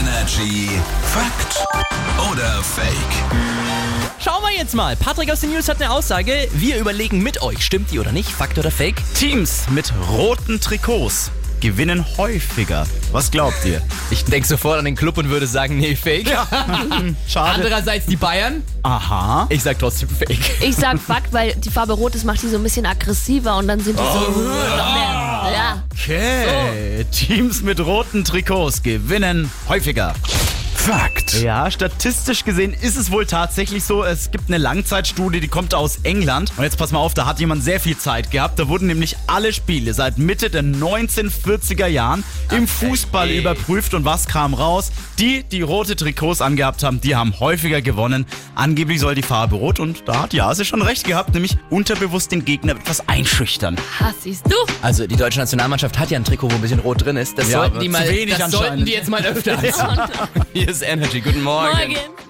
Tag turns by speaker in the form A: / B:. A: Energy Fakt oder Fake?
B: Schauen wir jetzt mal. Patrick aus den News hat eine Aussage. Wir überlegen mit euch, stimmt die oder nicht, Fakt oder Fake?
C: Teams mit roten Trikots gewinnen häufiger. Was glaubt ihr?
B: Ich denke sofort an den Club und würde sagen, nee, Fake.
C: Schade.
B: Andererseits die Bayern.
C: Aha.
B: Ich sag trotzdem Fake.
D: Ich sag Fakt, weil die Farbe rot ist, macht die so ein bisschen aggressiver und dann sind die so. noch mehr. Ja.
C: Okay. Teams mit roten Trikots gewinnen häufiger.
A: Fakt.
C: Ja, statistisch gesehen ist es wohl tatsächlich so. Es gibt eine Langzeitstudie, die kommt aus England. Und jetzt pass mal auf, da hat jemand sehr viel Zeit gehabt. Da wurden nämlich alle Spiele seit Mitte der 1940er Jahren im Fußball
B: ey.
C: überprüft. Und was kam raus? Die, die rote Trikots angehabt haben, die haben häufiger gewonnen. Angeblich soll die Farbe rot. Und da hat Jase schon recht gehabt, nämlich unterbewusst den Gegner etwas einschüchtern.
D: Ah, siehst du?
B: Also die deutsche Nationalmannschaft hat ja ein Trikot, wo ein bisschen rot drin ist. Das
C: Ja,
B: sollten
C: aber
B: die
C: zu
B: mal.
C: wenig
B: das sollten
C: anscheinend.
B: die jetzt mal öfter anziehen. Hier ist Energy. Guten Morgen.
D: Morgen.